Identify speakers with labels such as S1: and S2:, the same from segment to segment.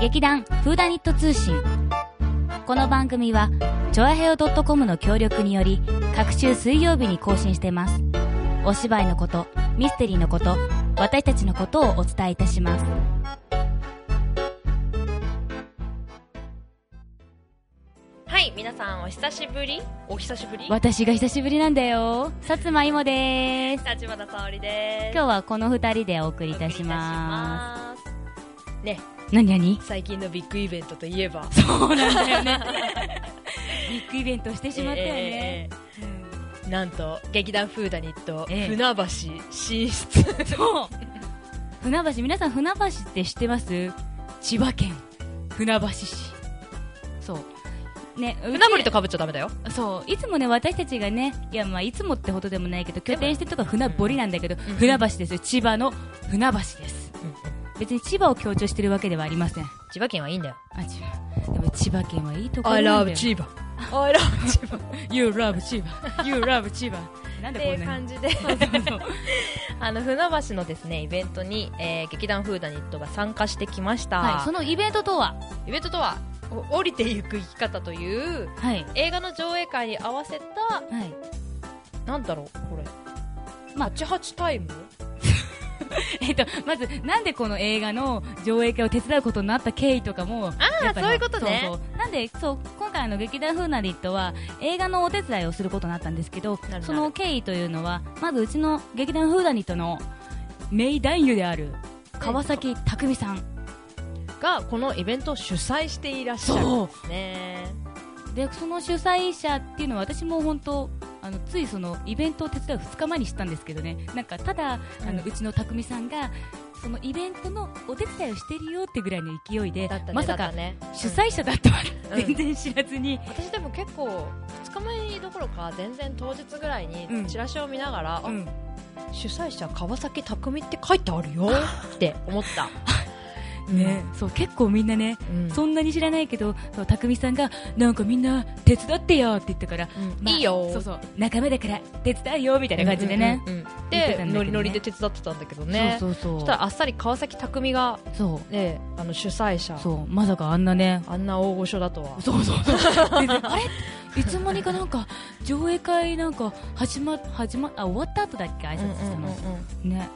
S1: 劇団フーダニット通信この番組はチョアヘオ .com の協力により各週水曜日に更新してますお芝居のことミステリーのこと私たちのことをお伝えいたします
S2: はい、皆さんお久しぶりお久しぶり
S1: 私が久しぶりなんだよ薩摩いもです
S2: 立花沙織です。
S1: 今
S2: 日。
S1: 日はこの二人でお送りいたします
S2: ね、
S1: す何何
S2: 最近のビッグイベントといえば。
S1: そうなんだよね ビッグイベントしてしまったよね、
S2: えーなんと、劇団フーダニット、
S1: ええ
S2: 船橋進出。
S1: そう船橋皆さん船橋って知ってます千葉県船橋市そうねうち
S2: 船堀とかぶっちゃダメだよ。
S1: そういつもね私たちがねいやまあいつもってほどでもないけど拠点してるとか船堀なんだけど、
S2: ん
S1: 船橋ですよ千葉の船橋です別に千葉を強調してるわけではありません
S2: 千葉県はいいんだよ。
S1: あ千葉でも千葉県はいいところ
S2: I
S1: なん
S2: love
S1: だよ
S2: 千葉。I love 千葉。っ
S1: You love 千葉 You love 千葉なんで
S2: て
S1: こん
S2: いう
S1: なに
S2: 感じ で、
S1: そうそう
S2: あの、船橋のですね、イベントに、えー劇団フーダニットが参加してきました。
S1: はい、そのイベントとは
S2: イベントとは、お 降りていく生き方という、
S1: はい
S2: 映画の上映会に合わせた
S1: はい
S2: なんだろうこれ
S1: まあ
S2: 88タイム
S1: えっと、まず、なんでこの映画の上映会を手伝うことになった経緯とかも、あ
S2: ーそういうことね
S1: そうそうなんで、そう、今回あの劇団フーナリットは映画のお手伝いをすることになったんですけど
S2: るな、る
S1: その経緯というのは、まずうちの劇団フーナリットの名男優である川崎匠さん。
S2: がこのイベントを主催していらっしゃるんですね
S1: で、その主催者っていうのは私も本当、あのついそのイベントを手伝う2日前に知ったんですけどね、なんかただ、あの
S2: うん
S1: うちの匠さんが、そのイベントのお手伝いをしてるよってぐらいの勢いで、
S2: だったね
S1: まさ
S2: だっ
S1: か
S2: たね
S1: 主催者だとは
S2: うん
S1: 全然知らずに、
S2: うん私でも結構2日前どころか全然当日ぐらいに
S1: うん
S2: チラシを見ながら、
S1: うん
S2: あ主催者川崎匠って書いてあ るよって思った
S1: ね、そう結構みんなね、
S2: うん
S1: そんなに知らないけどそう匠さんがなんかみんな手伝ってよって言ったから、
S2: うん
S1: まあ
S2: いいよ
S1: そうそう仲間だから手伝うよみたいな感じでね、
S2: うんうんうん
S1: 言ってたんだけ
S2: で
S1: どね
S2: ノリノリで手伝ってたんだけどね
S1: そうそう
S2: そ
S1: そう
S2: したらあっさり川崎匠が、
S1: そう
S2: ね、あの主催者
S1: そうまさかあんなね
S2: あんな大御所だとは
S1: そう そうそうであれいつの間にかなんか上映会なんか始ま始まあ終わった後だっけ挨拶したの、
S2: うんうんうんうん
S1: ね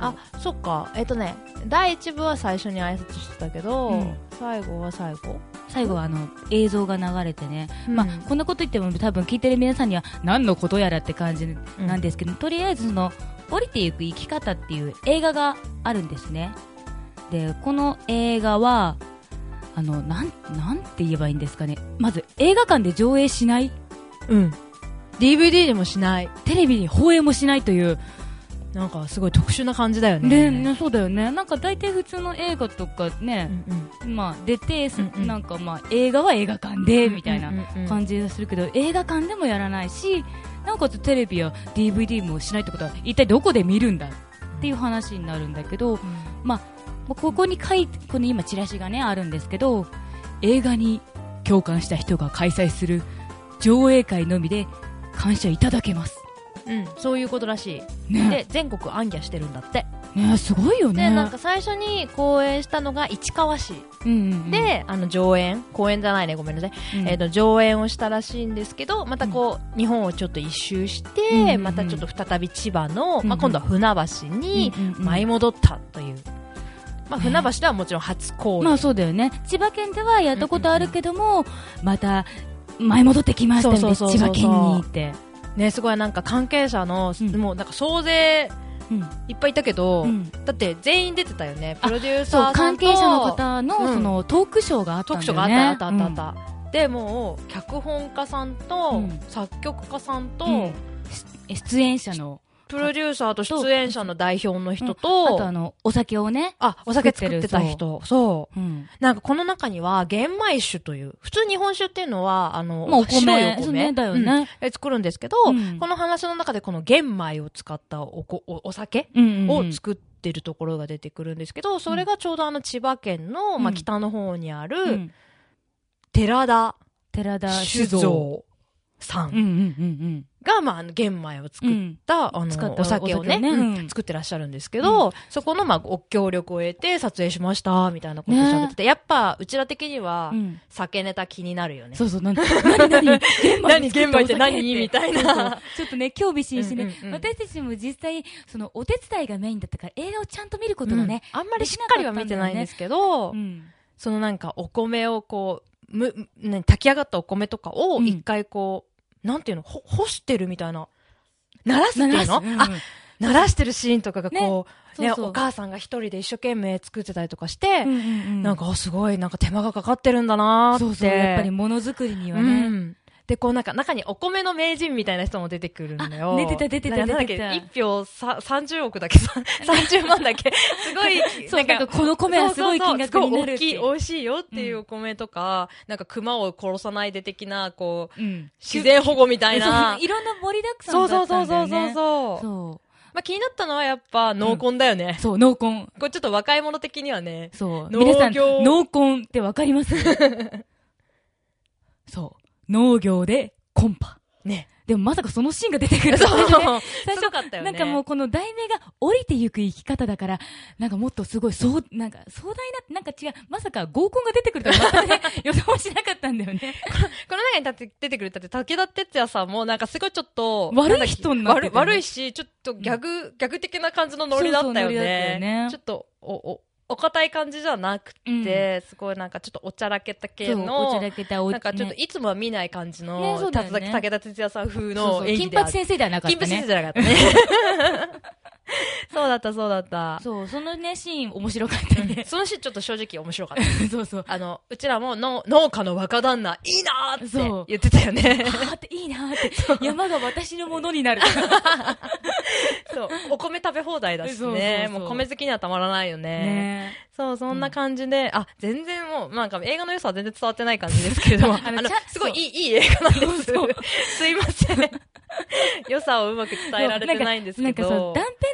S2: あそっかえっとね第1部は最初に挨拶してたけど、
S1: うん
S2: 最後は最後、
S1: 最後はあの映像が流れてね、
S2: うん
S1: まあ、こんなこと言っても多分聞いてる皆さんには何のことやらって感じなんですけど、とりあえずその「降りていく生き方」っていう映画があるんですねでこの映画はあのなんなんて言えばいいんですかねまず映画館で上映しない
S2: うん、DVD にもしない
S1: テレビに放映もしないという、
S2: なんかすごい特殊な感じだよ
S1: ね
S2: ね
S1: ねそうだよねなんか大体普通の映画とか
S2: う
S1: ね、
S2: んうん
S1: まあ、出て、す
S2: うんうん
S1: なんかまあ映画は映画館でみたいな
S2: うんうんうん
S1: 感じがするけど、映画館でもやらないしなおかつテレビや DVD もしないってことは一体どこで見るんだっていう話になるんだけど、まあ、まあここに書いこの今チラシが、ね、あるんですけど映画に共感した人が開催する上映会のみで感謝いただけます。
S2: うんそういうことらしい、
S1: ね
S2: で全国暗記してるんだって、
S1: ねすごいよね。
S2: でなんか最初に公演したのが市川市
S1: うんうんうん、
S2: で、あの上演公演じゃないねごめんなさい、
S1: うん
S2: えっと上演をしたらしいんですけどまたこう、日本をちょっと一周して、
S1: うんうんうん
S2: またちょっと再び千葉の、
S1: うんう
S2: まあ、
S1: ん
S2: 今度は船橋に
S1: うんうんうん
S2: 舞い戻ったという、まあ、船橋ではもちろん初公演、
S1: まあそうだよね千葉県ではやったことあるけども、また舞い戻ってきましたよね
S2: そうそうそうそう
S1: 千葉県にって、
S2: ね、すごいなんか関係者の、
S1: うん
S2: もうなんか総勢
S1: うん
S2: いっぱいいたけど、
S1: うん
S2: だって全員出てたよね
S1: あ
S2: プロデューサ
S1: そ
S2: ー
S1: う
S2: さん
S1: 関
S2: と
S1: 係者の方
S2: う
S1: の
S2: ん
S1: そのトークショーがあったん
S2: 特
S1: だよ
S2: 徴
S1: ね
S2: があったあったあったあった、でもう脚本家さんと、
S1: うん
S2: 作曲家さんと、
S1: うんうん出演者の
S2: プロデューサーと出演者の代表の人と、
S1: あとあのお酒をね、
S2: あ、お酒作ってた人。そう。
S1: うん、
S2: なんかこの中には、玄米酒という、普通日本酒っていうのは、あの、
S1: まあお米
S2: 白いお
S1: そう
S2: 米
S1: ねだよね
S2: うんえ作るんですけど、
S1: うん
S2: この話の中でこの玄米を使ったおこおお酒
S1: うんうんうん
S2: を作ってるところが出てくるんですけど、それがちょうどあの千葉県の、ま
S1: う
S2: あ、
S1: ん
S2: 北の方にあ
S1: う
S2: る、
S1: ん
S2: 寺田
S1: 寺田
S2: 酒
S1: 酒造
S2: 造さ
S1: うんうんん
S2: が、まあ、あの玄米
S1: うん
S2: を
S1: う
S2: 作っ
S1: ん
S2: た、あ
S1: 使った
S2: の、お酒をね
S1: お酒をね
S2: う
S1: うん
S2: ん作ってらっしゃるんですけど、そこの、まあ、ご協力を得て撮影しました、みたいなことを喋ってて、やっぱ、うちら的には
S1: う、ん
S2: 酒ネタ気になるよね。
S1: そうそう、 なんか、何、何、玄米
S2: 何
S1: 作
S2: 玄
S1: ったお酒
S2: 米って何みたい
S1: そうそう
S2: な。
S1: ちょっとね、興味津々で、
S2: うんうんうん
S1: 私たちも実際、そのお手伝いがメインだったから、映画をちゃんと見ることがね、
S2: うんあんまりしっかりは見てないんですけど、
S1: うん
S2: そのなんかお米をこう、む、ね、炊き上がったお米とかを
S1: うん
S2: 一回こう、なんていうの、ほ、干してるみたいな。鳴らすっていうの
S1: うん
S2: あ、鳴らしてるシーンとかがこう、
S1: ね
S2: ね、
S1: そうそう
S2: お母さんが一人で一生懸命作ってたりとかして
S1: うん、うんうん
S2: なんか、あすごい、なんか手間がかかってるんだなーって。
S1: そうそう、やっぱりものづくりには
S2: う
S1: ね、
S2: んで、こうなんか中にお米の名人みたいな人も出てくるんだ
S1: あ
S2: よ。
S1: 出てた出てた
S2: なんだっ
S1: 出てた
S2: け、一票さ30億だっ け、さ30万だっけ。す ごい、
S1: そう、なんかこの米はすごい金額になるっ
S2: そうそうそうすごい大
S1: て
S2: き
S1: い
S2: い、
S1: う
S2: 美味しいよっていうお米とか、なんか熊を殺さないで的な、こう、
S1: うん
S2: 自然保護みたい
S1: そ
S2: な
S1: う。いろんな盛りだくさ
S2: そ
S1: ん
S2: うそ
S1: だ
S2: う
S1: っ
S2: そ
S1: た
S2: う
S1: だ
S2: んそ
S1: よ
S2: う
S1: ね。
S2: そうそう。
S1: そ
S2: まあ気になったのはやっぱ濃紺だよね
S1: う。。そう、濃婚。
S2: これちょっと若い者的にはね。
S1: そう。
S2: 農業
S1: 皆さん、農婚ってわかります そう。農業でコンパ。
S2: ね。
S1: でもまさ かそのシーンが出てく
S2: そう。
S1: る
S2: す
S1: とはね 最初
S2: ごかったよね。
S1: なんかもうこの題名が降りてゆく生き方だから、なんかもっとすごい、そう、なんか壮大な、なんか違う、まさか合コンが出てくるとは 全くね予想もしなかったんだよね。
S2: この中にだって出てくる、だって武田鉄矢さんもなんかすごいちょっと、
S1: 悪い
S2: んだっけ
S1: 人になってたよね
S2: 悪い悪いし、ちょっとギャグ、ギャグ的な感じのノリだったよね。
S1: そうそうノリだったよね
S2: ちょっと、お、お、お堅い感じじゃなくて、すごいなんかちょっとおちゃらけた系
S1: そう、お
S2: の
S1: ちゃ、らけたお
S2: なんかちょっと
S1: ね
S2: いつもは見ない感じの、
S1: ねそうだよね
S2: た武田鉄矢さん風
S1: そうそ
S2: の
S1: う
S2: 演技
S1: 金
S2: である
S1: 八先生ではなかっ
S2: 金
S1: た
S2: 八
S1: ね。
S2: 先生じゃなかったね。そうだった、そうだった。
S1: そう、そのね、シーン面白かったね。
S2: そのシーンちょっと正直面白かった。
S1: そう そう。
S2: あの、うちらもの農家の若旦那、いいなー
S1: そう
S2: って言ってたよね。
S1: あーっていいなーって、山が私のものになる。
S2: そう、お米食べ放題だしね。
S1: そうそうそう
S2: もう米好きにはたまらないよね。
S1: ね
S2: そう、そんな感じで、あ、全然もう、なんか映画の良さは全然伝わってない感じですけれども、
S1: あ
S2: あ
S1: の
S2: の
S1: ちゃん
S2: すごいいいいい映画なんです。
S1: そうそう
S2: すいません。良さをうまく伝えられてないんですけ
S1: なんかそう
S2: ど。
S1: 断片断片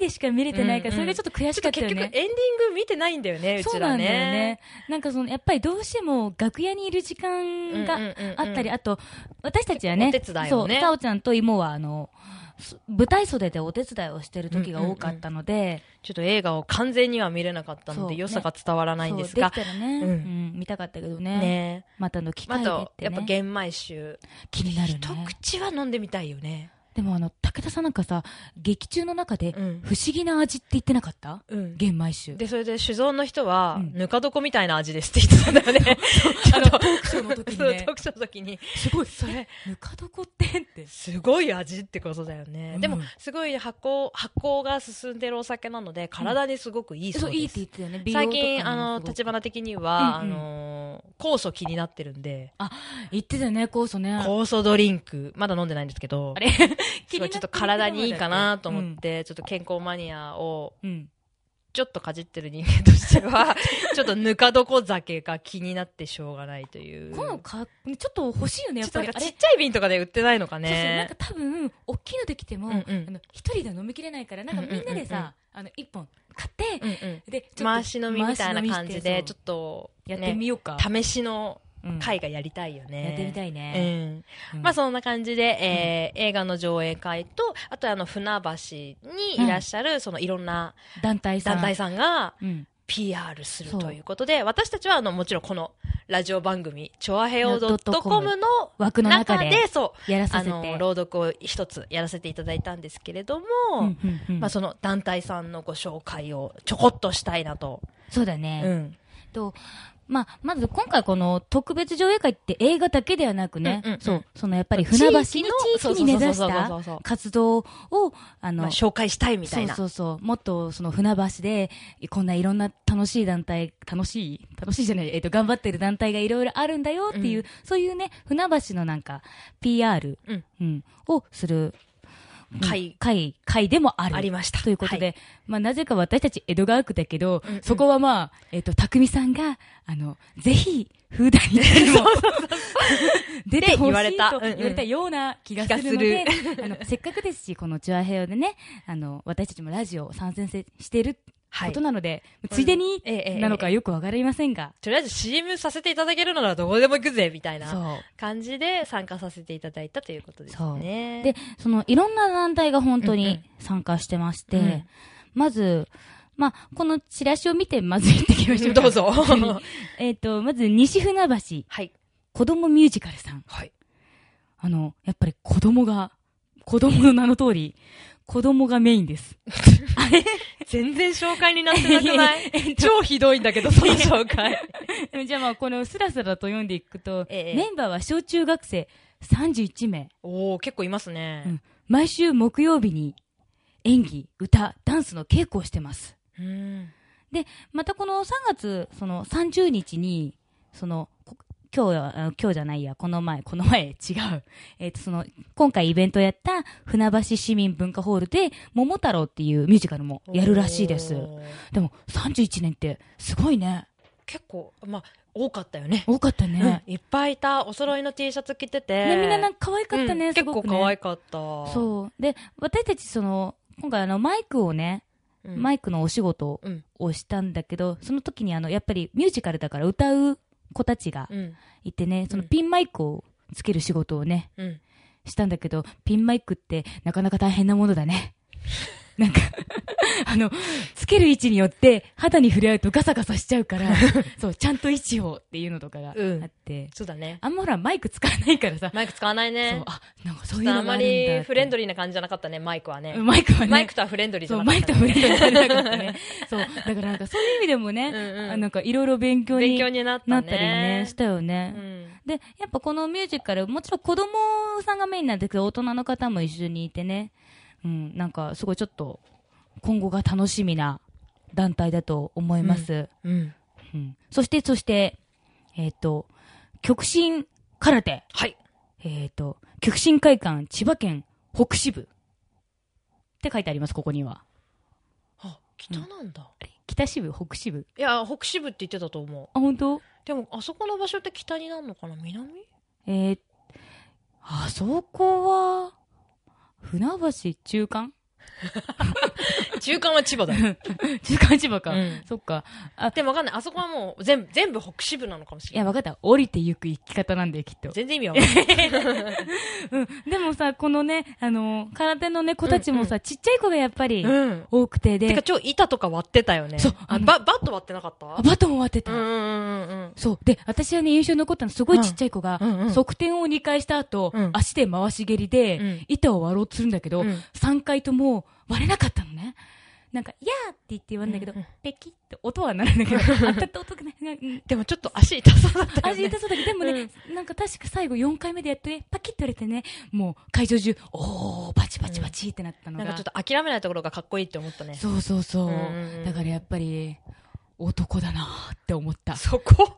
S1: でしか見れてないから、
S2: うん
S1: そ
S2: うん
S1: れがちょっと悔
S2: ち
S1: し
S2: ょ
S1: かっ
S2: っと
S1: たよ
S2: 結局エ
S1: ね。
S2: ンディング見てないんだよね、う
S1: そう
S2: ち
S1: な
S2: ら
S1: んだよね
S2: ね。。
S1: なんかその、やっぱりどうしても楽屋にいる時間があったり、
S2: あ
S1: あと、私たちはね、
S2: お手伝いをね
S1: そう、タオちゃんと妹は、あの、す舞台袖でお手伝いをしてる時が多かったので、
S2: ちょっと映画を完全には見れなかったの
S1: そ
S2: で、
S1: う
S2: 良さが伝わらないん
S1: そう
S2: で
S1: ですきた
S2: が、
S1: らね、う
S2: うんん
S1: 見たかったけどね、
S2: ね。
S1: またの機
S2: あ
S1: 会でっ
S2: と、
S1: て、
S2: やっ
S1: ね、
S2: ぱ玄米酒。
S1: 気になるね。
S2: 一口は飲んでみたいよね。
S1: でもあの、武田さんなんかさ、劇中の中で、
S2: うん
S1: 不思議な味って言ってなかった
S2: うん。
S1: 玄米酒。
S2: で、それで酒造の人は、
S1: うん
S2: ぬか床みたいな味ですって言ってたんだよね。
S1: あの、トークショーの時に
S2: そう、
S1: ね
S2: 特徴の時に。
S1: すごい、
S2: それ、
S1: ぬか床ってって。
S2: すごい味ってことだよね。
S1: うん
S2: でも、すごい発酵、発酵が進んでるお酒なので、体にすごくいい
S1: そ、
S2: そうう
S1: いい
S2: で
S1: って
S2: す。
S1: 言ってたよね。美容と
S2: 最
S1: かにも
S2: 近、あの、
S1: すごく
S2: 立花的には、
S1: うんうん
S2: あのー、酵素気になってるんで、
S1: 言ってたよね、酵素ね。
S2: 酵素ドリンク、まだ飲んでないんですけど、
S1: あれ
S2: すごいちょっと体にいいかなと思っ。て、ちょっと健康マニアを
S1: うん。うん
S2: ちょっとかじってる人間とし ては、ちょっとぬか床酒が気になってしょうがないという。
S1: このか、ちょっと欲しいよね、や
S2: ちょ
S1: っ
S2: っと
S1: ぱ
S2: なん
S1: り。
S2: か
S1: あ
S2: ちっ
S1: れ
S2: ちゃい瓶とかで売ってないのか
S1: そうそう、なん
S2: ね
S1: か。多分、大きいのできても、あ
S2: うんうん
S1: の一人で飲みきれないから、なんかみんなで
S2: うんうんうんうん
S1: さ、あの、一本買って、
S2: うんうん
S1: で、ちょっと
S2: 回し飲みみたいな感じで、ち
S1: と
S2: ょっと、
S1: やってみようか。
S2: ね試しの
S1: うん
S2: 会がやりたいよね。
S1: やってみた
S2: い。
S1: いうね。
S2: ん。
S1: うん
S2: まあそんな感じで、えー映画の上映会と、あとあの、船橋にいらっしゃる、そのいろんな
S1: 団体さん。
S2: 団体さんが、
S1: うん。
S2: PR する
S1: そう
S2: ということで、私たちはあの、もちろんこのラジオ番組、チョアヘオドットコムの
S1: 枠の中
S2: 中
S1: で
S2: で、そう、
S1: やらさ
S2: あ
S1: せて。
S2: の、朗読を一つやらせていただいたんですけれども、
S1: うんうんうん
S2: まあその団体さんのご紹介をちょこっとしたいなと。
S1: そうだ
S2: う
S1: ね。
S2: ん。
S1: と、まあ、まず今回この特別上映会って映画だけではなくね、
S2: うんうんうん
S1: そう、そのやっぱり船橋の地域に根ざし
S2: そうそうそうそ
S1: た
S2: うそう
S1: 活動を、あの、
S2: まあ紹介したいみたいな。
S1: そうそうそう。もっと、その船橋で、こんないろんな楽しい団体、楽しい楽しいじゃない、えっ、と、頑張ってる団体がいろいろあるんだよっていう、
S2: うん
S1: そういうね、船橋のなんか、PR、
S2: うん
S1: をする、うん
S2: 会
S1: 会、会でもある。
S2: ありました。
S1: ということで、
S2: は
S1: まあ、なぜか私たち江戸川区だけど、
S2: うんうん
S1: そこはまあ、えっ、と、匠さんが、あの、ぜひ、風太 にも 出てほしいと言われたような気がするので、あの、せっかくですし、このチュアヘオでね、あの、私たちもラジオ参戦せしてる
S2: はい
S1: ことなので、ついでに
S2: ええええ
S1: なのかよくわかりませんが、
S2: とりあえず CM させていただけるのならどこでも行くぜみたい
S1: そ
S2: な
S1: う。
S2: 感じで参加させていただいたということですね。
S1: で、そのいろんな団体が本当
S2: うんう
S1: に
S2: ん
S1: 参加してまして、
S2: うん
S1: まず、まあ、このチラシを見てまず行ってきましょうか。
S2: どうぞ。
S1: はい えっと、まず西船橋
S2: はい。
S1: 子供ミュージカルさん。
S2: はい。
S1: あの、やっぱり子供が、子供の名の通り、子供がメインです。
S2: 全然紹介になってなくない
S1: えっと
S2: 超ひどいんだ けど、その紹介。
S1: じゃあまあ、このスラスラと読んでいくと、
S2: ええ
S1: メンバーは小中学生31名。
S2: おお結構います
S1: う
S2: ね。
S1: ん毎週木曜日に演技、歌、ダンスの稽古をしてます。
S2: うん。
S1: またこの3月その30日にそのこ今日はあ今日じゃないやこの前この前違 う、えっとその今回イベントやった船橋市民文化ホールで「桃太郎」っていうミュージカルもやるらしいです
S2: おー
S1: でも31年ってすごいね
S2: 結構、まあ、多かったよね。
S1: 多かったね、
S2: うんいっぱいいた、お揃いの T シャツ着てて。
S1: ねみんななん
S2: か
S1: か可愛かったね、す
S2: 結
S1: ご
S2: 構
S1: くね
S2: 可愛かった。
S1: そうで私たちその今回あのマイクをね、
S2: うん。
S1: マイクのお仕事
S2: うん。
S1: をしたんだけどその時にあのやっぱりミュージカルだから歌う子たちが
S2: うん。
S1: いてね、その
S2: うん
S1: ピンマイクをつける仕事をね、
S2: うん。
S1: したんだけど、ピンマイクってなかなか大変なものだ ね。なんか、あの、つける位置によって肌に触れ合うとガサガサしちゃう から、そう、ちゃんと位置をっていうのとかがあ
S2: うん
S1: って、
S2: そうだね。
S1: あんまほらマイク使わないからさ、
S2: マイク使わない
S1: そう
S2: ね、。
S1: あ、なんかそう
S2: ち
S1: い
S2: ょっ
S1: う
S2: と
S1: のが
S2: あ
S1: あるんだっ
S2: んま
S1: て
S2: りフレンドリーな感じじゃなかったね、マイクはね。
S1: マイクはね、
S2: マイクとはフレンドリーじ
S1: そ
S2: ゃな
S1: う、
S2: かっ
S1: マ
S2: た、
S1: イクとフ
S2: ね。
S1: レンドリーじゃなかった ね。そう、だからなんかそういう意味でもね、
S2: うんうん
S1: あなんかいろいろ勉強に
S2: 勉強になったね。
S1: なったりね、したよね。
S2: うん。
S1: で、やっぱこのミュージカル、もちろん子供さんがメインなんだけど、大人の方も一緒にいてね、うん、なんかすごいちょっと、今後が楽しみな団体だと思います。
S2: うん。
S1: うんそして、そして、えっ、と、極真空手、
S2: はい。
S1: えっ、と、極真会館千葉県北支部って書いてあります、ここには。
S2: あ、北なんだ。
S1: あれ北支部、北支部。
S2: いや、北支部って言ってたと思う。
S1: あ、本当
S2: でも、あそこの場所って北になるのかな南
S1: えー、あそこは、船橋中間
S2: 中間は千葉だ。
S1: 中間千葉か。
S2: うん
S1: そっか。
S2: でもわかんない。あそこはもう全部、全部北支部なのかもし
S1: い
S2: れ
S1: や、
S2: ない。
S1: 分かった。降りてゆく生き方なんだよ、きっ と。
S2: 全然意味わかんない。
S1: うん。でもさ、このね、あのー、空手のね、子たちもさ、
S2: う
S1: ちっちゃい子がやっぱり、
S2: うん。
S1: 多くて
S2: てか、
S1: で、
S2: 超板とか割ってたよね。
S1: そう
S2: あ
S1: あの
S2: ババット割ってなかった
S1: あバトンを当てた。
S2: うんうんうんうん。
S1: そう。で、私はね、印象に残ったの、すごいちっちゃい子が、
S2: うんうんうん
S1: 側転を2回した後、
S2: うん
S1: 足で回し蹴りで、
S2: うん
S1: 板を割ろうとするんだけど、
S2: うん
S1: 3回とも割れなかったのね。なんか、やーって言って言われるんだけど、
S2: うんうん
S1: ペキって音は鳴るんだけど、 当たった音がね、うん
S2: でもちょっと足痛そうだったよ
S1: 味
S2: ね。
S1: 痛そうだけど、でもね、なんか確か最後4回目でやってね、パキッと折れてね、もう会場中、おー、バチバチバチってなったの
S2: な
S1: が。
S2: んかちょっと諦めないところがかっこいいって思ったね。
S1: そうそうそう。
S2: うんうんうん
S1: だからやっぱり、男だなーって思った。
S2: そ こ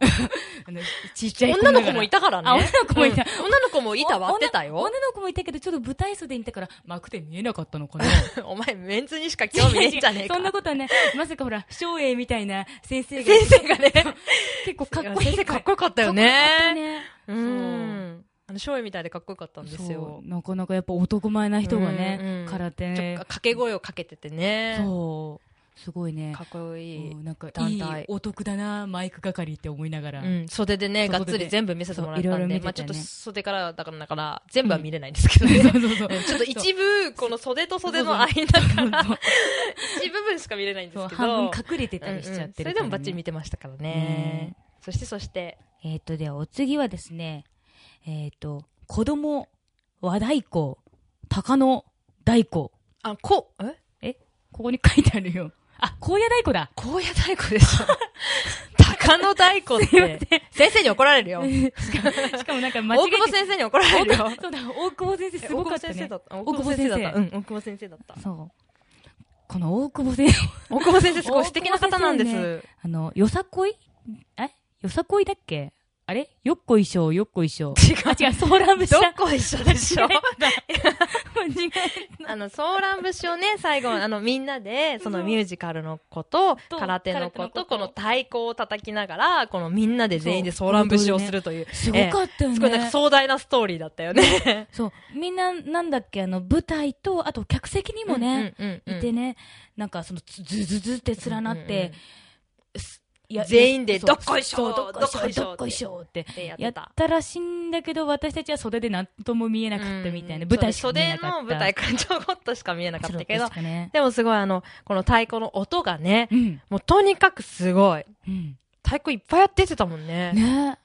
S1: あのちっちゃい
S2: 女の子もい
S1: た
S2: たからね。
S1: あ女の子もいた
S2: うん女の子も板割ってたよ。
S1: 女の子もいたけど、ちょっと舞台袖にいたから、幕で見えなかったのか な。
S2: お前、メンツにしか興味ねえんじゃねえか。
S1: そんなことはね、まさかほら、照英みたいな先生が、
S2: 先生がね。
S1: 結構かっ
S2: いや
S1: こいい。
S2: 先生かっ
S1: かっ
S2: こよかった
S1: こ
S2: よ
S1: よかった
S2: ね。
S1: ね。そ
S2: う
S1: う。
S2: ん。あの、少尉みたいでかっこよかったんです
S1: そ
S2: よ
S1: う。なかなかやっぱ男前な人が
S2: うんう
S1: ね
S2: ん、
S1: 空
S2: ちょ
S1: 手
S2: っと
S1: ね。
S2: 掛け声をかけててね。
S1: そう。すごいね。
S2: かっこいい
S1: うん。なんかい
S2: 団
S1: い
S2: 体
S1: お得だな、マイク係って思いながら。
S2: うん、袖でね、
S1: そう
S2: がっつり全部見せてもらった
S1: そういろ
S2: ん
S1: いろ見
S2: で、
S1: てたね
S2: まあちょっと袖からだからだから、全部は見れないんですけどね。
S1: そうそうそう。
S2: ちょっと一部、この袖と袖の間
S1: そう
S2: から、
S1: そう
S2: 一部分しか見れないんで
S1: そう
S2: すけど。
S1: 半分隠れてたりしちゃ
S2: う
S1: っ
S2: ん
S1: てるか
S2: それで
S1: らね
S2: もバッチリ見てましたからね。そして、そして、
S1: えっと、ではお次はですね、えっと、子供、和太鼓、鷹の太鼓。
S2: あ、こ、え
S1: ここに書いてあるよ。あ、高野太鼓だ。
S2: 高野太鼓で しょ。高野太鼓って、先生に怒られる よ。大
S1: しかもなんか間違
S2: 久保
S1: えて。
S2: 先生に怒られるよ。
S1: そうだ、大久保先生すごかった
S2: 大久保先生
S1: ね
S2: だ。った。
S1: 久
S2: 大久
S1: 保
S2: 保
S1: 先
S2: 先
S1: 生
S2: 生だった。うん、大久保先生だった。
S1: そう。この大久 保先生、
S2: 大久保先生すごい素敵な方なんで
S1: 大久保
S2: す。
S1: あの、よさこいえよさこいだっけあれよっこいしょ、よっこい しょ。あ、
S2: 違
S1: 違う、ソーラン節
S2: ど
S1: だ。
S2: こ一緒で しょ
S1: 間違
S2: あの、ソーラン節をね、最後、あの、みんなで、そのミュージカルの子と、
S1: と
S2: 空手の子
S1: 空手の
S2: と、
S1: 子
S2: この太鼓を叩きながら、このみんなで全員でソーラン節をするという。
S1: えすごかったよね。
S2: すごいなんか壮大なストーリーだったよね。
S1: そう。みんな、なんだっけ、あの、舞台と、あと客席にもね、
S2: うんうんうん
S1: いてね、なんかその、ずずずずって連なっ
S2: うんうんうん
S1: て、すいや
S2: 全員で
S1: そう
S2: どっこいしょ
S1: そうどっこいしょ、
S2: ど
S1: ど
S2: っ
S1: っ
S2: こ
S1: こ
S2: い
S1: い
S2: し
S1: し
S2: ょ
S1: ょって。
S2: でやって。
S1: やったたらしいんだけど、私たちは袖でなんとも見えなかったみたいな、
S2: うん
S1: 舞台しか見え
S2: 袖
S1: なかった。
S2: の舞台からちょこっとしか見えなかったけ
S1: ちょ
S2: ど
S1: っとし、かね。
S2: でもすごいあの、この太鼓の音がね、
S1: うん。
S2: もうとにかくすごい。
S1: うん。
S2: 太鼓いっぱいやっててたもんね。
S1: ね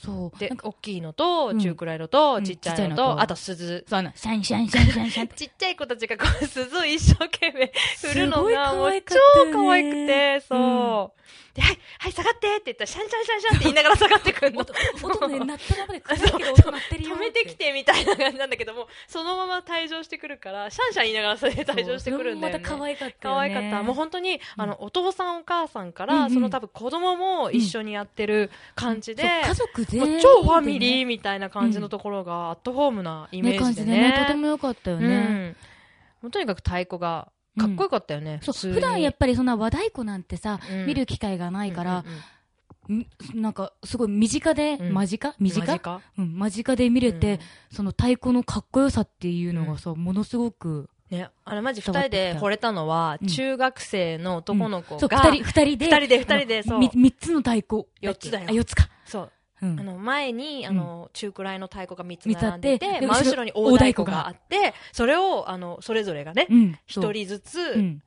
S1: そう。
S2: で
S1: なん、か
S2: 大きいのと、
S1: うん
S2: 中くらいのと、
S1: うん
S2: ちっちゃいの
S1: ちっちゃい
S2: と、
S1: のと
S2: あと鈴。
S1: そうあの、シャンシャンシャンシャンシャンって。
S2: ちっちゃい子たちがこう鈴を一生懸命振るのが、
S1: す
S2: も
S1: ご
S2: う
S1: い可愛か
S2: 超
S1: ったよね
S2: 可愛くて、そう。で、はい、はい、下がってって言ったら、シャンシャンシャンシャンって言いながら下がってくるの。
S1: 音、音ね、鳴ったままで、暗いけど
S2: そう
S1: 音鳴ってるよ
S2: 止
S1: っ。
S2: めてきてみたいな感じなんだけども、そのまま退場してくるから、シャンシャン言いながらそれで退場してくるんだよ
S1: そうそれもまた可
S2: ね。
S1: 愛かったよ
S2: 可
S1: ね。
S2: 愛かった。もう本当に、あの、お父さんお母さんか
S1: うん
S2: ら、
S1: うん
S2: その多分子供も一緒にやってる感じで、
S1: そう家族全
S2: も
S1: 員で
S2: う
S1: ね
S2: 超ファミリーみたいな感じのところが、アットホームなイメー
S1: 感
S2: ジ
S1: じ
S2: で
S1: で
S2: ね
S1: ね。とても良かったよ
S2: う
S1: ね。
S2: ん、もうとにかく太鼓がかっこよかったよね、
S1: そう
S2: 普通に
S1: 普段やっぱりそんな和太鼓なんてさ、
S2: うん
S1: 見る機会がないから、
S2: うんうんうん
S1: んなんかすごい身近で、
S2: うん
S1: 間近身近
S2: 間近
S1: うん、間近で見れて、その太鼓のかっこよさっていうのがさ、ものすごく、
S2: うんね、あれマジ2人で惚れたのは、
S1: うん
S2: 中学生の男の子
S1: そう
S2: が、
S1: 二人二人で
S2: 二人で二人で
S1: あの
S2: そう
S1: み三つの太鼓
S2: 四つだよ
S1: あ四つか、
S2: そう
S1: うん
S2: あの前にあの、中くらいの太鼓が3つ
S1: 三つあ
S2: 並
S1: っ
S2: ん
S1: て
S2: でいて
S1: で
S2: 真後
S1: 後
S2: ろ
S1: ろ
S2: に
S1: に
S2: 大太鼓
S1: 大太鼓
S2: が
S1: が
S2: あってそれをあのそれぞれがね
S1: うん
S2: 一、
S1: そう
S2: 人ずつ、
S1: うん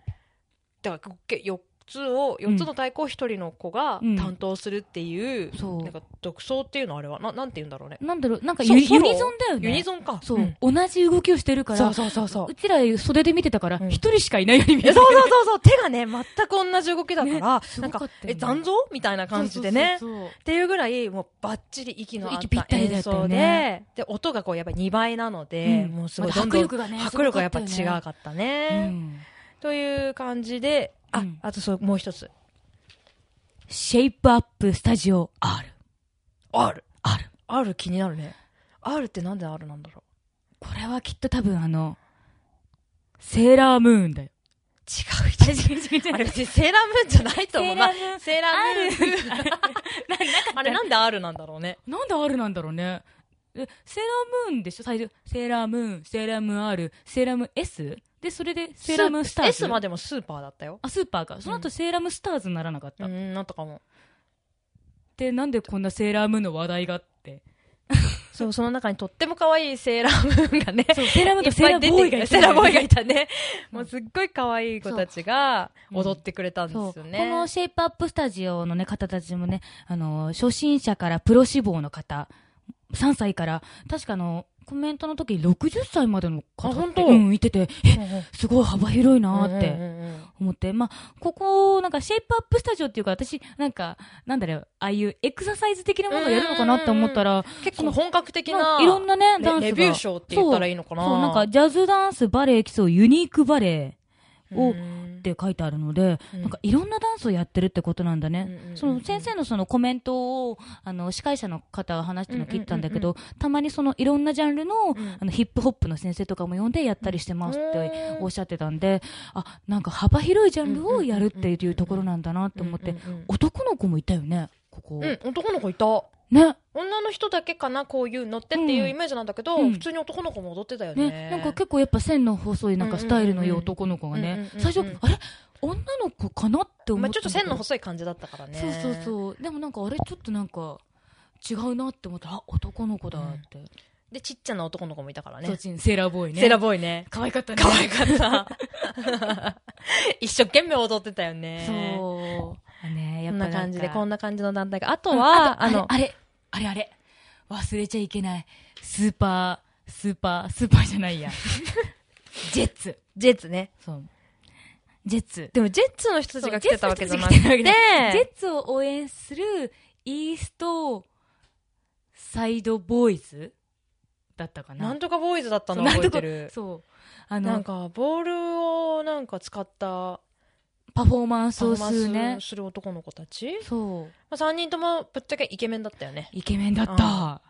S2: だから4つを4つの太鼓を1人の子が
S1: うん
S2: 担当するっていう、
S1: そう
S2: なんか独奏っていうのあれはななんて言うんだろうね
S1: なんだろうなんか
S2: そう
S1: ユ
S2: ソ
S1: ユ
S2: ロ
S1: ニゾンだよね
S2: ユニゾンか
S1: そう、
S2: ん
S1: 同じ動きをしてるから
S2: そうそうそうそう
S1: うちら袖で見てたから
S2: うん
S1: 一人しかいないように見
S2: い
S1: え
S2: や
S1: た
S2: そうそうそうそう、 手がね、全く同じ動きだから、
S1: ね
S2: な
S1: す
S2: ん
S1: ご
S2: か
S1: かったよね
S2: え、残像みたいな感じでね。
S1: そうそうそうそう
S2: っていうぐらい、もうバッチリ息の合っ
S1: 息ぴったたりだ
S2: 演
S1: ったよ
S2: 奏で、
S1: ね
S2: で、音がこうやっぱ2倍なので、
S1: うん
S2: もうすごい
S1: また
S2: どんどん
S1: 迫力がね
S2: 迫力がやっぱ違
S1: すごか
S2: か
S1: っ
S2: った
S1: う
S2: ね。
S1: ん
S2: という感じで、あ、
S1: うん
S2: あとそう、もう一つ。
S1: シェイプアップスタジオ R
S2: R。
S1: R
S2: R 気になるね。R ってなんで R なんだろ
S1: これはきっと多分あのセーラームーンだよ
S2: う。違う
S1: あれ違う違う違
S2: あ
S1: う
S2: れ別にセーラームーンじゃないと思 う。
S1: セーラームーン
S2: まあセーラームーン。 あれなんで R なんだろうね。
S1: なんで R なんだろうねえセーラームーンでしょ最初セーラームーンセーラームーン R セーラームーン S でそれでセーラームーンスターズ
S2: S までもスーパーだったよ。
S1: あスーパーかその後セーラームーンスターズにならなかった、
S2: う
S1: で
S2: ん、なんとかも。
S1: なんでこんなセーラームーンの話題があ って
S2: そう、その中にとっても可愛いセーラームーンがね。
S1: そうセーラームーンとセーラーボーイがいた
S2: セーラーボーイがいたね。
S1: うん
S2: もうすっごい可愛い子たちが
S1: そう
S2: 踊ってくれたんで
S1: そう
S2: すよ
S1: この
S2: ね。
S1: シェイプアップスタジオの、ね、方たちもね、あの初心者からプロ志望の方、3歳から、確かあのコメントの時60歳までの方
S2: あ本
S1: っ
S2: 当
S1: て、うん、いてて、え
S2: うんうん
S1: すごい幅広いなーっ
S2: うん
S1: て
S2: うんうんうん
S1: 思って、まあ、ここ、なんかシェイプアップスタジオっていうか、私、なんか、なんだろう、ああいうエクササイズ的なものをやるのかなって思ったら、
S2: 結構本格的な、
S1: いろんなね、
S2: レ
S1: ダンスが。
S2: レビュー賞って言ったらいいのかな。
S1: そう、なんか、ジャズダンス、バレエ、基礎、ユニークバレエを、
S2: うん
S1: って書いてあるので、
S2: うん
S1: なんかいろんなダンスをやってるってことなんだね。
S2: うんうんうんうん
S1: その先生のそのコメントを、あの、司会者の方が話してるのを聞いたんだけど、
S2: う
S1: たまにそのいろんなジャンルの、
S2: ん
S1: あの、ヒップホップの先生とかも呼んでやったりしてますっ
S2: う
S1: て
S2: ん
S1: おっしゃってたんで、あ、なんか幅広いジャンルをやるっていうところなんだなと思って、
S2: うんうんうん
S1: 男の子もいたよね、ここ。
S2: うん、男の子いた。
S1: ね。
S2: 女の人だけかな、こういうのってっていうイメージなんだけど、
S1: うん
S2: 普通に男の子も踊ってたよね。
S1: ね、なんか結構やっぱ線の細いなんかスタイルのいい男の子が
S2: うんうんうん
S1: ね
S2: うん、うん
S1: 最初、あれ女の子かなって思
S2: ま
S1: っ
S2: あ
S1: た
S2: ちょっと線
S1: 細い
S2: の細い感じだったからね。
S1: そうそうそうでもなんかあれちょっとなんか違うなって思ったらあ男の子だって、
S2: で、ちっちゃな男の子もいたからね
S1: そっ。ちにセーラーボーイね
S2: セーラー
S1: ボ
S2: ボーイね。
S1: 可愛かったね
S2: 可愛かった。 一生懸命踊ってたよね。
S1: そうねやっ
S2: こん
S1: ぱ
S2: な感じで、こん
S1: な
S2: な感じの団体が。あと
S1: か
S2: は、
S1: あ
S2: あ
S1: と
S2: の、
S1: あれあれあれあれ忘れちゃいけないスーパースーパースーパーじゃないや ジェッツ
S2: ジェッツね。
S1: そうジェッツ
S2: でも、ジェッツの人たちが来てたわけじゃなくて、
S1: そうジェッツの人たちが来てたわけじゃないジェッツを応援するイーストサイドボーイズだったかな
S2: なんとかボーイズだった
S1: そう
S2: の
S1: なん
S2: 覚え
S1: と
S2: て
S1: か
S2: る。
S1: そう。あの、
S2: なんか、ボールをなんか使った、
S1: パフォーマンスを
S2: パ
S1: す
S2: フォ
S1: る
S2: ーマン
S1: ね
S2: スする男の子たち、
S1: そう
S2: まあ、3人ともぶっちゃけイケメンだったよね
S1: イケメンだった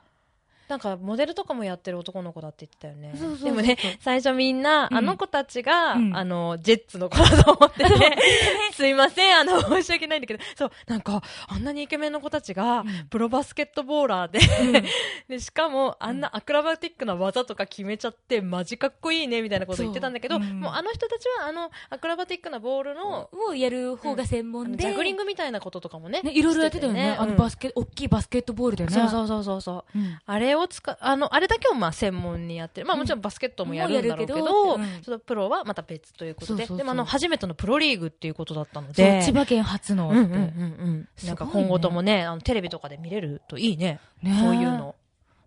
S2: なんかモデルとかもやってる男の子だって言ってたよね
S1: そうそうそう
S2: で もね最初みんな、
S1: うん
S2: あの子たちが、
S1: うん
S2: あのジェッツの子だと思ってて、 すいませんあの申し訳ないんだけどそうなんかあんなにイケメンの子たちが、
S1: うん
S2: プロバスケットボーラーで
S1: うん
S2: でしかもあんなアクロバティックな技とか決めちゃってマジかっこいいねみたいなこと言ってたんだけど、
S1: そううん
S2: もうあの人たちはあのアクロバティックなボールの,、
S1: をやる方が専
S2: あ
S1: 門
S2: の
S1: で
S2: ジャグリングみたいなこととかもね
S1: ねいろいろやってたよねあの
S2: うん
S1: バスケ、大きいバスケットボールでね
S2: そうそうそうそうそう
S1: うん
S2: あれを使うあのあれだけをまあ専門にやってる、まあ、
S1: うん
S2: もちろんバスケットもやるんだろうけど,、
S1: もうやるけどうん
S2: ちょっとプロはまた別ということで
S1: そうそうそう
S2: でもあの初めてのプロリーグっていうことだったの
S1: そう
S2: で
S1: 千葉県初のっ
S2: うん
S1: て、
S2: うんうんうん
S1: すごいね
S2: なんか今後ともねあのテレビとかで見れるといいね
S1: ねえ
S2: こういうの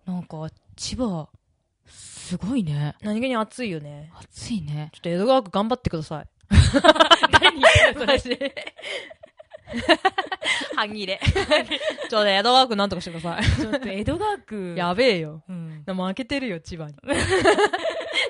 S1: なんか千葉すごいね
S2: 何気に熱いよね
S1: 暑いね
S2: ちょっと江戸川区頑張ってください
S1: 何
S2: マジで。 半切れ。 ちょうど江戸川区なんとかしてくださ
S1: ちょっと江戸川区
S2: い。やべえよ。
S1: うん、
S2: でも負けてるよ、千葉 に。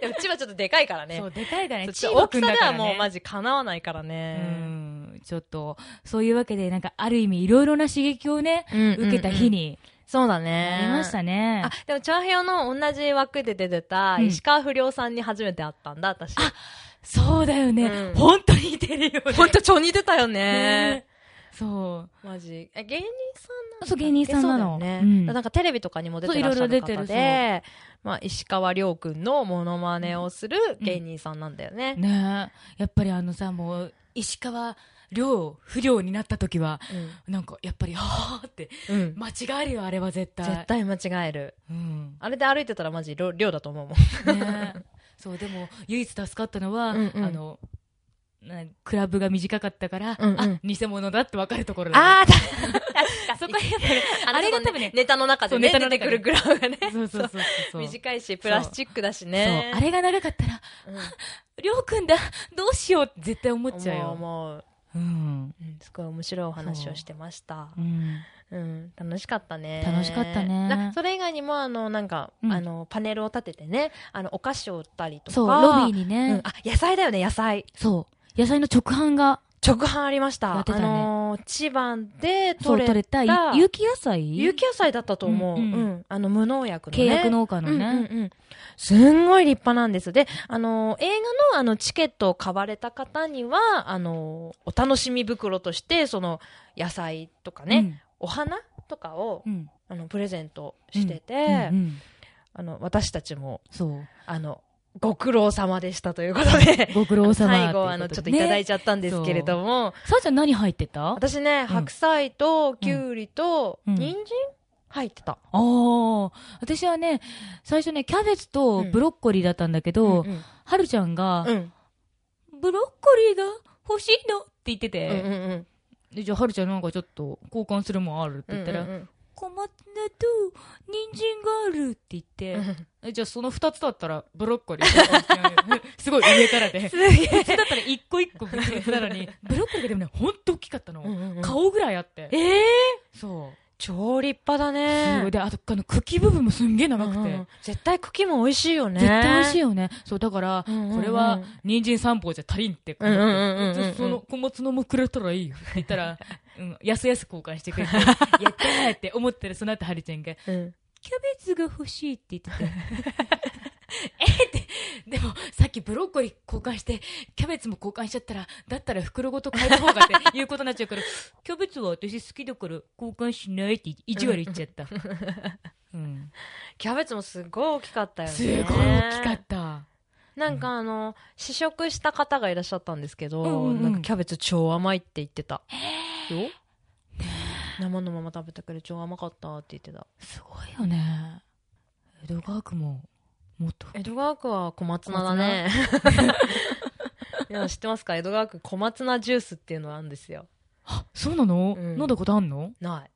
S2: でも千葉ちょっとでかいからね
S1: そう。でかいからね
S2: ち
S1: 千
S2: ょっと
S1: 葉
S2: 大
S1: く
S2: き
S1: ん
S2: さ
S1: だ
S2: で
S1: から、
S2: は
S1: ね、
S2: もうマジかなわないからね。
S1: うんちょっとそういうわけでなんかある意味いろいろな刺激をね、
S2: うん
S1: 受けた日。に
S2: そうだ
S1: な
S2: ね。
S1: りましたね、
S2: あ、でも、チャーヘヨの同じ枠で出てた、
S1: うん
S2: 石川不良さんに初めて会ったんだ、私。
S1: そうだよね、
S2: うん
S1: 本当に似てるよね
S2: ほんと超似てたよ
S1: ね。そう
S2: マジ。え、芸人さんなんだっけ
S1: そう芸人さんなの
S2: そうだよね。
S1: うん
S2: なんかテレビとかにも出て
S1: そう
S2: らっしゃる
S1: いろいろ
S2: 方
S1: 出て
S2: で、まあ、石川亮くんのモノマネをする芸人さんなんだよね。
S1: ねえやっぱりあのさもう石川遼不良になった時はなんかやっぱりああって
S2: うん。うん
S1: 間違えるよあれは絶対
S2: 絶対間違える。
S1: うん
S2: あれで歩いてたらマジ亮亮だと思うもん。
S1: ね えそうでも唯一助かったのは、
S2: うんうん
S1: あのなクラブが短かったから、
S2: うんうん
S1: あ偽物だって分かるところだね
S2: ああ、
S1: そこはやっぱり あれが多分ね
S2: ネタの中でね、
S1: そうネタの
S2: 出
S1: 中
S2: て
S1: で
S2: くるグラフがね。
S1: そうそうそうそう
S2: そ
S1: そうう
S2: 短いし、プラスチックだしね。
S1: あれが長かったら
S2: うん
S1: りょうくんだどうしようって絶対思っちゃう
S2: 思う
S1: よ
S2: 思う。
S1: うん、
S2: うんすごい面白いお話をしてました。
S1: うん、
S2: うん、楽しかったね。
S1: 楽しかったね
S2: なそれ以外にも、あの、なんか、
S1: うん
S2: あの、パネルを立ててね、あの、お菓子を売ったりとか。
S1: そうロビーに
S2: う
S1: ね、
S2: ん、あ、野菜だよね、野菜。
S1: そう野菜の直販が
S2: 直販ありました。
S1: やってた
S2: あ
S1: ね
S2: のー、千葉で
S1: そう
S2: 取れ
S1: 取れたい有機野菜
S2: 有機野菜だったと思う。
S1: う
S2: うんん、
S1: うん
S2: あの、無農薬のね。
S1: 契約農家のね、
S2: うんうんうん、すんごい立派なんです。で、あのー映画のあのチケットを買われた方には、あのーお楽しみ袋として、その野菜とかね、お花とかを
S1: う、ん、
S2: あのプレゼントしてて、
S1: うんうん
S2: あの私たちも
S1: そう
S2: あのご苦労様でしたということで。
S1: ご苦労様
S2: 最後、あの、ちょっといただい
S1: て
S2: ちゃったんですけれども、
S1: さあちゃん何入ってた
S2: 私ね、白菜と、きゅうりと、
S1: うん
S2: 人参入ってた。
S1: ああ、私はね、最初ね、キャベツとブロッコリーだったんだけど、
S2: うん
S1: はるちゃんが、
S2: うん。
S1: ブロッコリーが欲しいのって言って
S2: うんうん
S1: て、
S2: うん。
S1: でじゃあはるちゃんなんかちょっと交換するもんあるって言ったら、
S2: うんうんうん
S1: 小松菜と人参があるって言って、えじゃあその二つだったらブロッコリー交換してやるすごい上 からで。
S2: すげ
S1: 普通だったら一個一個別々なの に、ブロッコリーがでもね、ほんと大きかったの。
S2: え。
S1: 顔ぐらいあって。
S2: ええ
S1: そう。
S2: 超立派
S1: す
S2: だ
S1: ご
S2: ね
S1: い。。で、あと、あの、茎部分もすんげえ
S2: う
S1: 長
S2: ん
S1: くて。
S2: うんうん絶対茎も美味しいよね。
S1: 絶対美味しい
S2: い。
S1: よね。そう、だから、
S2: うんうんうん
S1: これは、人参三本じゃ足りんって思って、
S2: うんうんうんうんうん
S1: その、小松菜もくれたらいいよって言ったら、うん、やすやす交換してく れて、やったーって思ったら、その後、はるちゃんが、
S2: うん
S1: キャベツが欲しいって言ってて。 えって、でも、さっきブロッコリー交換して、キャベツも交換しちゃったら、だったら袋ごと買えた方が っていうことになっちゃうから、キャベツは私好きだから交換しないって意地悪言っちゃった。うん。
S2: キャベツもすごい大きかったよね。
S1: すごい大きかった。
S2: なんかあの、試食した方がいらっしゃったんですけど、
S1: うんうんうん
S2: なんかキャベツ超甘いって言ってた。よ生のまま食べたけど超甘かったって言ってた。
S1: すごいよね。江戸川区も、もっと。
S2: 江戸川区は小松菜だね。 いや知ってますか江戸川区小松菜ジュースっていうのがあるんですよ。
S1: あ、そうなの、
S2: うん
S1: 飲んだことあんの
S2: ない。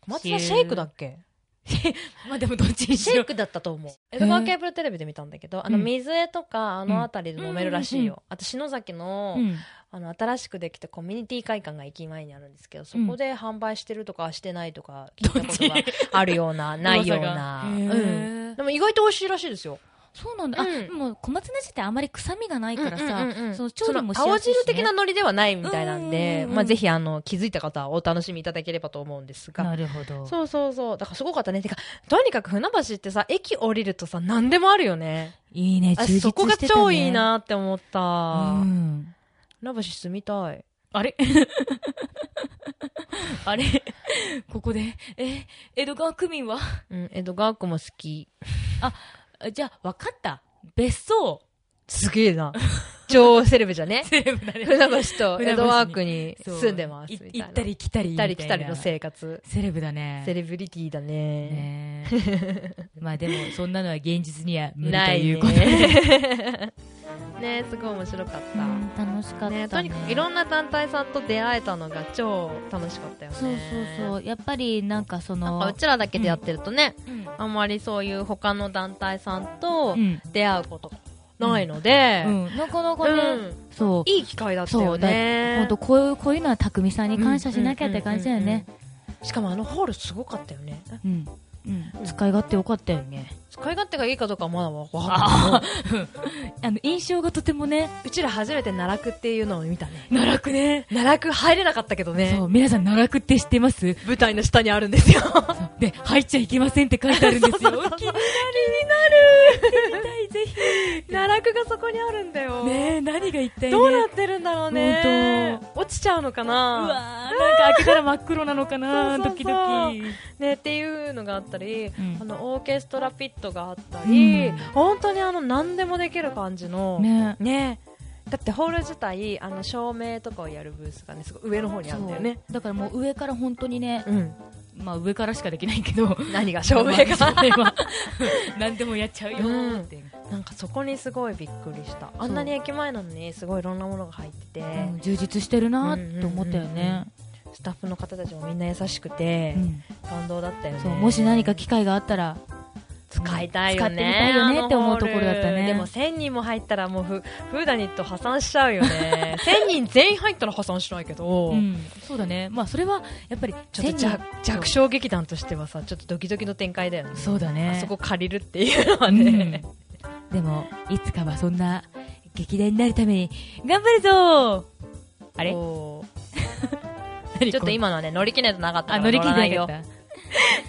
S2: 小松菜シェイクだっけ
S1: まあでもどっちに
S2: シ
S1: し
S2: ェ
S1: ろ
S2: イ。クだったと思う。江戸川ケーブルテレビで見たんだけど、あの、
S1: うん
S2: 水江とかあの辺りで飲めるらしいよ。あと、篠崎の、
S1: うん。
S2: あの新しくできたコミュニティ会館が駅前にあるんですけどそこで販売してるとかしてないとか聞いたことがあるようなないよう
S1: 噂が
S2: な、
S1: へ
S2: うん
S1: ー
S2: でも意外と美味しいらしいですよ
S1: そうなんだ、
S2: う
S1: あ
S2: ん
S1: でも小松菜自体あまり臭みがないからさ、
S2: うんうんうんうん
S1: その調理もしや
S2: その青
S1: すいし、ね、
S2: 汁的なノリではないみたいなん
S1: うんうん
S2: で、
S1: うんうん
S2: まあ、ぜひあの気づいた方はお楽しみいただければと思うんですが
S1: なるほど
S2: そうそうそうだからすごかったねてかとにかく船橋ってさ駅降りるとさ何でもあるよね
S1: いいね充
S2: あ
S1: 実してた、
S2: そ
S1: ね、
S2: こが超いいなって思っ
S1: う
S2: た、
S1: ん
S2: 船橋住みたい
S1: あれ あれここでえ江戸川区民は
S2: うん江戸川区も好き
S1: あじゃあ分かった別荘
S2: すげえな 女王セレブじ ゃね
S1: セレブだね
S2: 船橋と江戸川区に
S1: そう
S2: 住んでます
S1: い
S2: みたい
S1: 行
S2: な
S1: ったり来たりみ
S2: 行ったた
S1: いな
S2: り来たりの生活
S1: セレブだね
S2: セレブリティだね
S1: ね えまあでもそんなのは現実には無理と
S2: ない
S1: い
S2: ね
S1: うことで、
S2: ねすごい面白かっ
S1: う
S2: た、
S1: ん楽しかったね
S2: ね、とにかくいろんな団体さんと出会えたのが超楽しかったよね
S1: そうそうそうやっぱりなんかそ
S2: なん
S1: の
S2: かうちらだけでやってるとね、
S1: うん
S2: あんまりそういう他の団体さんと
S1: うん
S2: 出会うことがないので、うん
S1: うんなかなかね、そう
S2: いい機会だった
S1: そ
S2: よ
S1: うだ
S2: ね
S1: 本当こういうこういうのは匠さんに感謝しなきゃって感じだよね
S2: うんうんうんうんしかもあのホールすごかったよね
S1: うん、うん使い勝手よかったよね
S2: 使い勝手がいいかどうかはまだわかんない
S1: あの印象がとてもね
S2: うちら初めて奈落っていうのを見たね
S1: 奈落ね
S2: 奈落入れなかったけどね
S1: そう皆さん奈落って知ってます
S2: 舞台の下にあるんですよ
S1: そうで入っちゃいけませんって書いてあるんですよ気になる気になるぜ
S2: 奈落がそこにあるんだよ、
S1: ひねえ何が一体ね
S2: どうなってるんだろうね
S1: 本
S2: 落ちちゃうのか
S1: うわー
S2: な
S1: なんか開けたら真っ黒なのかな
S2: そうそう
S1: ドキ
S2: そう
S1: ドキ
S2: ねっていうのがあったり、
S1: ん
S2: あのオーケストラピットがあったり、
S1: うん
S2: 本当にあの何でもできる感じのね
S1: ね
S2: だってホール自体あの照明とかをやるブースがねすごい上の方にあ
S1: そ
S2: るんだよ
S1: う
S2: ね
S1: だからもう上から本当にね、
S2: うん
S1: まあ上からしかできないけ ど
S2: 何が照明 が
S1: 照明は何でもやっちゃうよーって、
S2: なんかそこにすごいびっくりしたあんなに駅前なのにすごいいろんなものが入ってて、
S1: うん充実してるなーと思ったよね、
S2: スタッフの方たちもみんな優しくて、
S1: うん
S2: 感動だったよね
S1: そうもし何か機会があったら
S2: 使いたい
S1: 使
S2: よね
S1: ってみたいよねって思うところだったね
S2: あのホールでも1000人も入ったらもうフフーダニット破産しちゃうよ ね1000人全員入ったら破産しないけど、
S1: うん、そうだね、まあ、それはやっぱり
S2: ちょっと
S1: 千人
S2: 弱弱小劇団としてはさちょっとドキドキの展開だよね
S1: そうだね
S2: あそこ借りるっていうのは
S1: うん
S2: ね、
S1: でもいつかはそんな劇団になるために頑張るぞーあれ
S2: こう
S1: 何
S2: ちょっ
S1: ことれ
S2: 今のはね乗り切れてなかったから
S1: あ乗り切
S2: 乗ら
S1: れな
S2: な
S1: いか
S2: よ
S1: った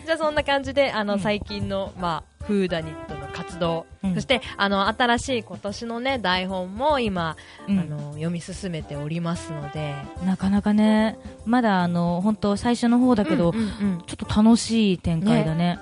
S2: じゃあそんな感じであの、
S1: うん
S2: 最近の、まあ、フーダニットの活動、
S1: うん
S2: そしてあの新しい今年のね台本も今、
S1: うん
S2: あの読み進めておりますので
S1: なかなかねまだあの本当最初の方だけど、
S2: うんうんうん
S1: ちょっと楽しい展開だね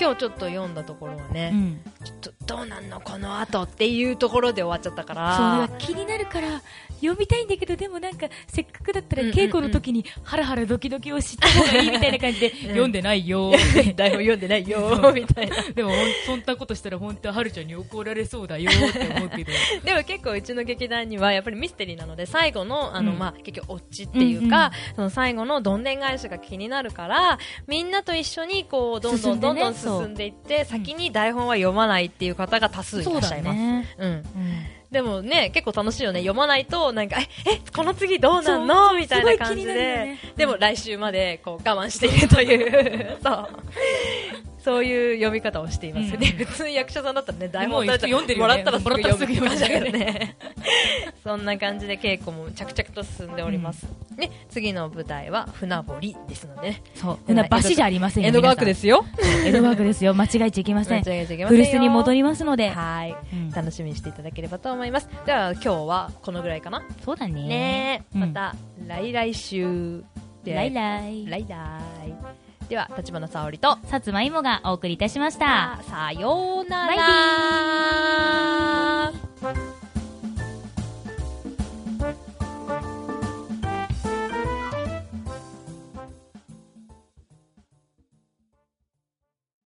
S2: 今日ちょっと読んだところはね、
S1: うん
S2: ちょっとどうなんのこの後っていうところで終わっちゃったか
S1: そう
S2: ら
S1: だから気になるから読みたいんだけどでもなんかせっかくだったら
S2: うんうんうん
S1: 稽古の時にハラハラドキドキを知った方がいいみたいな感じ で読んでないよー
S2: 台本 読んでないよーみたいな
S1: でもほんそんなことしたら本当はるちゃんに怒られそうだよーって思うけど
S2: でも結構うちの劇団にはやっぱりミステリーなので最後のあの、
S1: うん
S2: まあ、結局オチっていうか、その最後のどんでん返しが気になるからみんなと一緒にこうどんど
S1: 進
S2: ん
S1: んで
S2: ど
S1: ね
S2: んどん進んでいって、先に台本は読まないっていう方が多数いらっしゃいます。
S1: ね、
S2: うん、
S1: うん
S2: でもね結構楽しいよね読まないとなんかええこの次どうなんのみたいな感じ
S1: すごい気にな
S2: で、
S1: るよね
S2: でも来週までこう我慢しているというそうそういう読み方をしています、
S1: うん
S2: で普通役者さんだったらね台
S1: もう
S2: 本
S1: 読んでる
S2: も
S1: よ
S2: ら
S1: ね
S2: ったらすぐ
S1: もらったらす
S2: 読
S1: ぐ
S2: みましたけ
S1: 読
S2: ど
S1: む
S2: ねそんな感じで稽古も着々と進んでおります、ね次の舞台は船堀ですので、ね、
S1: そうそんなバシじゃありませんよ
S2: 江戸川区ですすよ
S1: 江戸川区ですよ間違えちゃいけません古巣に戻りますので、
S2: はい
S1: うん
S2: 楽しみにしていただければと思いますでは今日はこのぐらいかな
S1: そうだね
S2: ね
S1: う
S2: え、
S1: ん
S2: また来来週で
S1: ライライ
S2: 来来では立花沙織と
S1: さつまいもがお送りいたしました
S2: さようなら
S1: バイビー